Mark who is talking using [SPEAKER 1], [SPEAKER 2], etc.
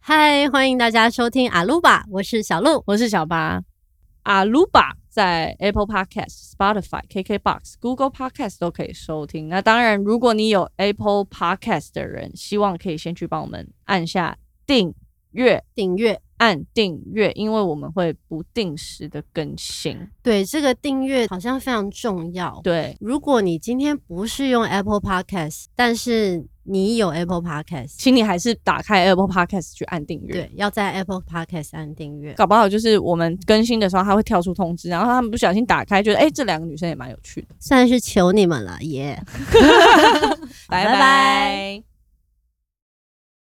[SPEAKER 1] 欢迎大家收听阿鲁巴，我是小鹿。
[SPEAKER 2] 我是小八。阿鲁巴在 Apple Podcast、Spotify、KKBox、Google Podcast 都可以收听。那当然，如果你有 Apple Podcast 的人，希望可以先去帮我们按下订阅，
[SPEAKER 1] 订阅
[SPEAKER 2] 按订阅，因为我们会不定时的更新。
[SPEAKER 1] 对这个订阅好像非常重要。
[SPEAKER 2] 对，
[SPEAKER 1] 如果你今天不是用 Apple Podcast，但是你有 Apple Podcast，
[SPEAKER 2] 请你还是打开 Apple Podcast 去按订阅。
[SPEAKER 1] 对，要在 Apple Podcast 按订阅。
[SPEAKER 2] 搞不好就是我们更新的时候，它会跳出通知，然后他们不小心打开，觉得哎、诶这两个女生也蛮有趣的。
[SPEAKER 1] 算是求你们了耶。
[SPEAKER 2] 拜
[SPEAKER 1] 拜拜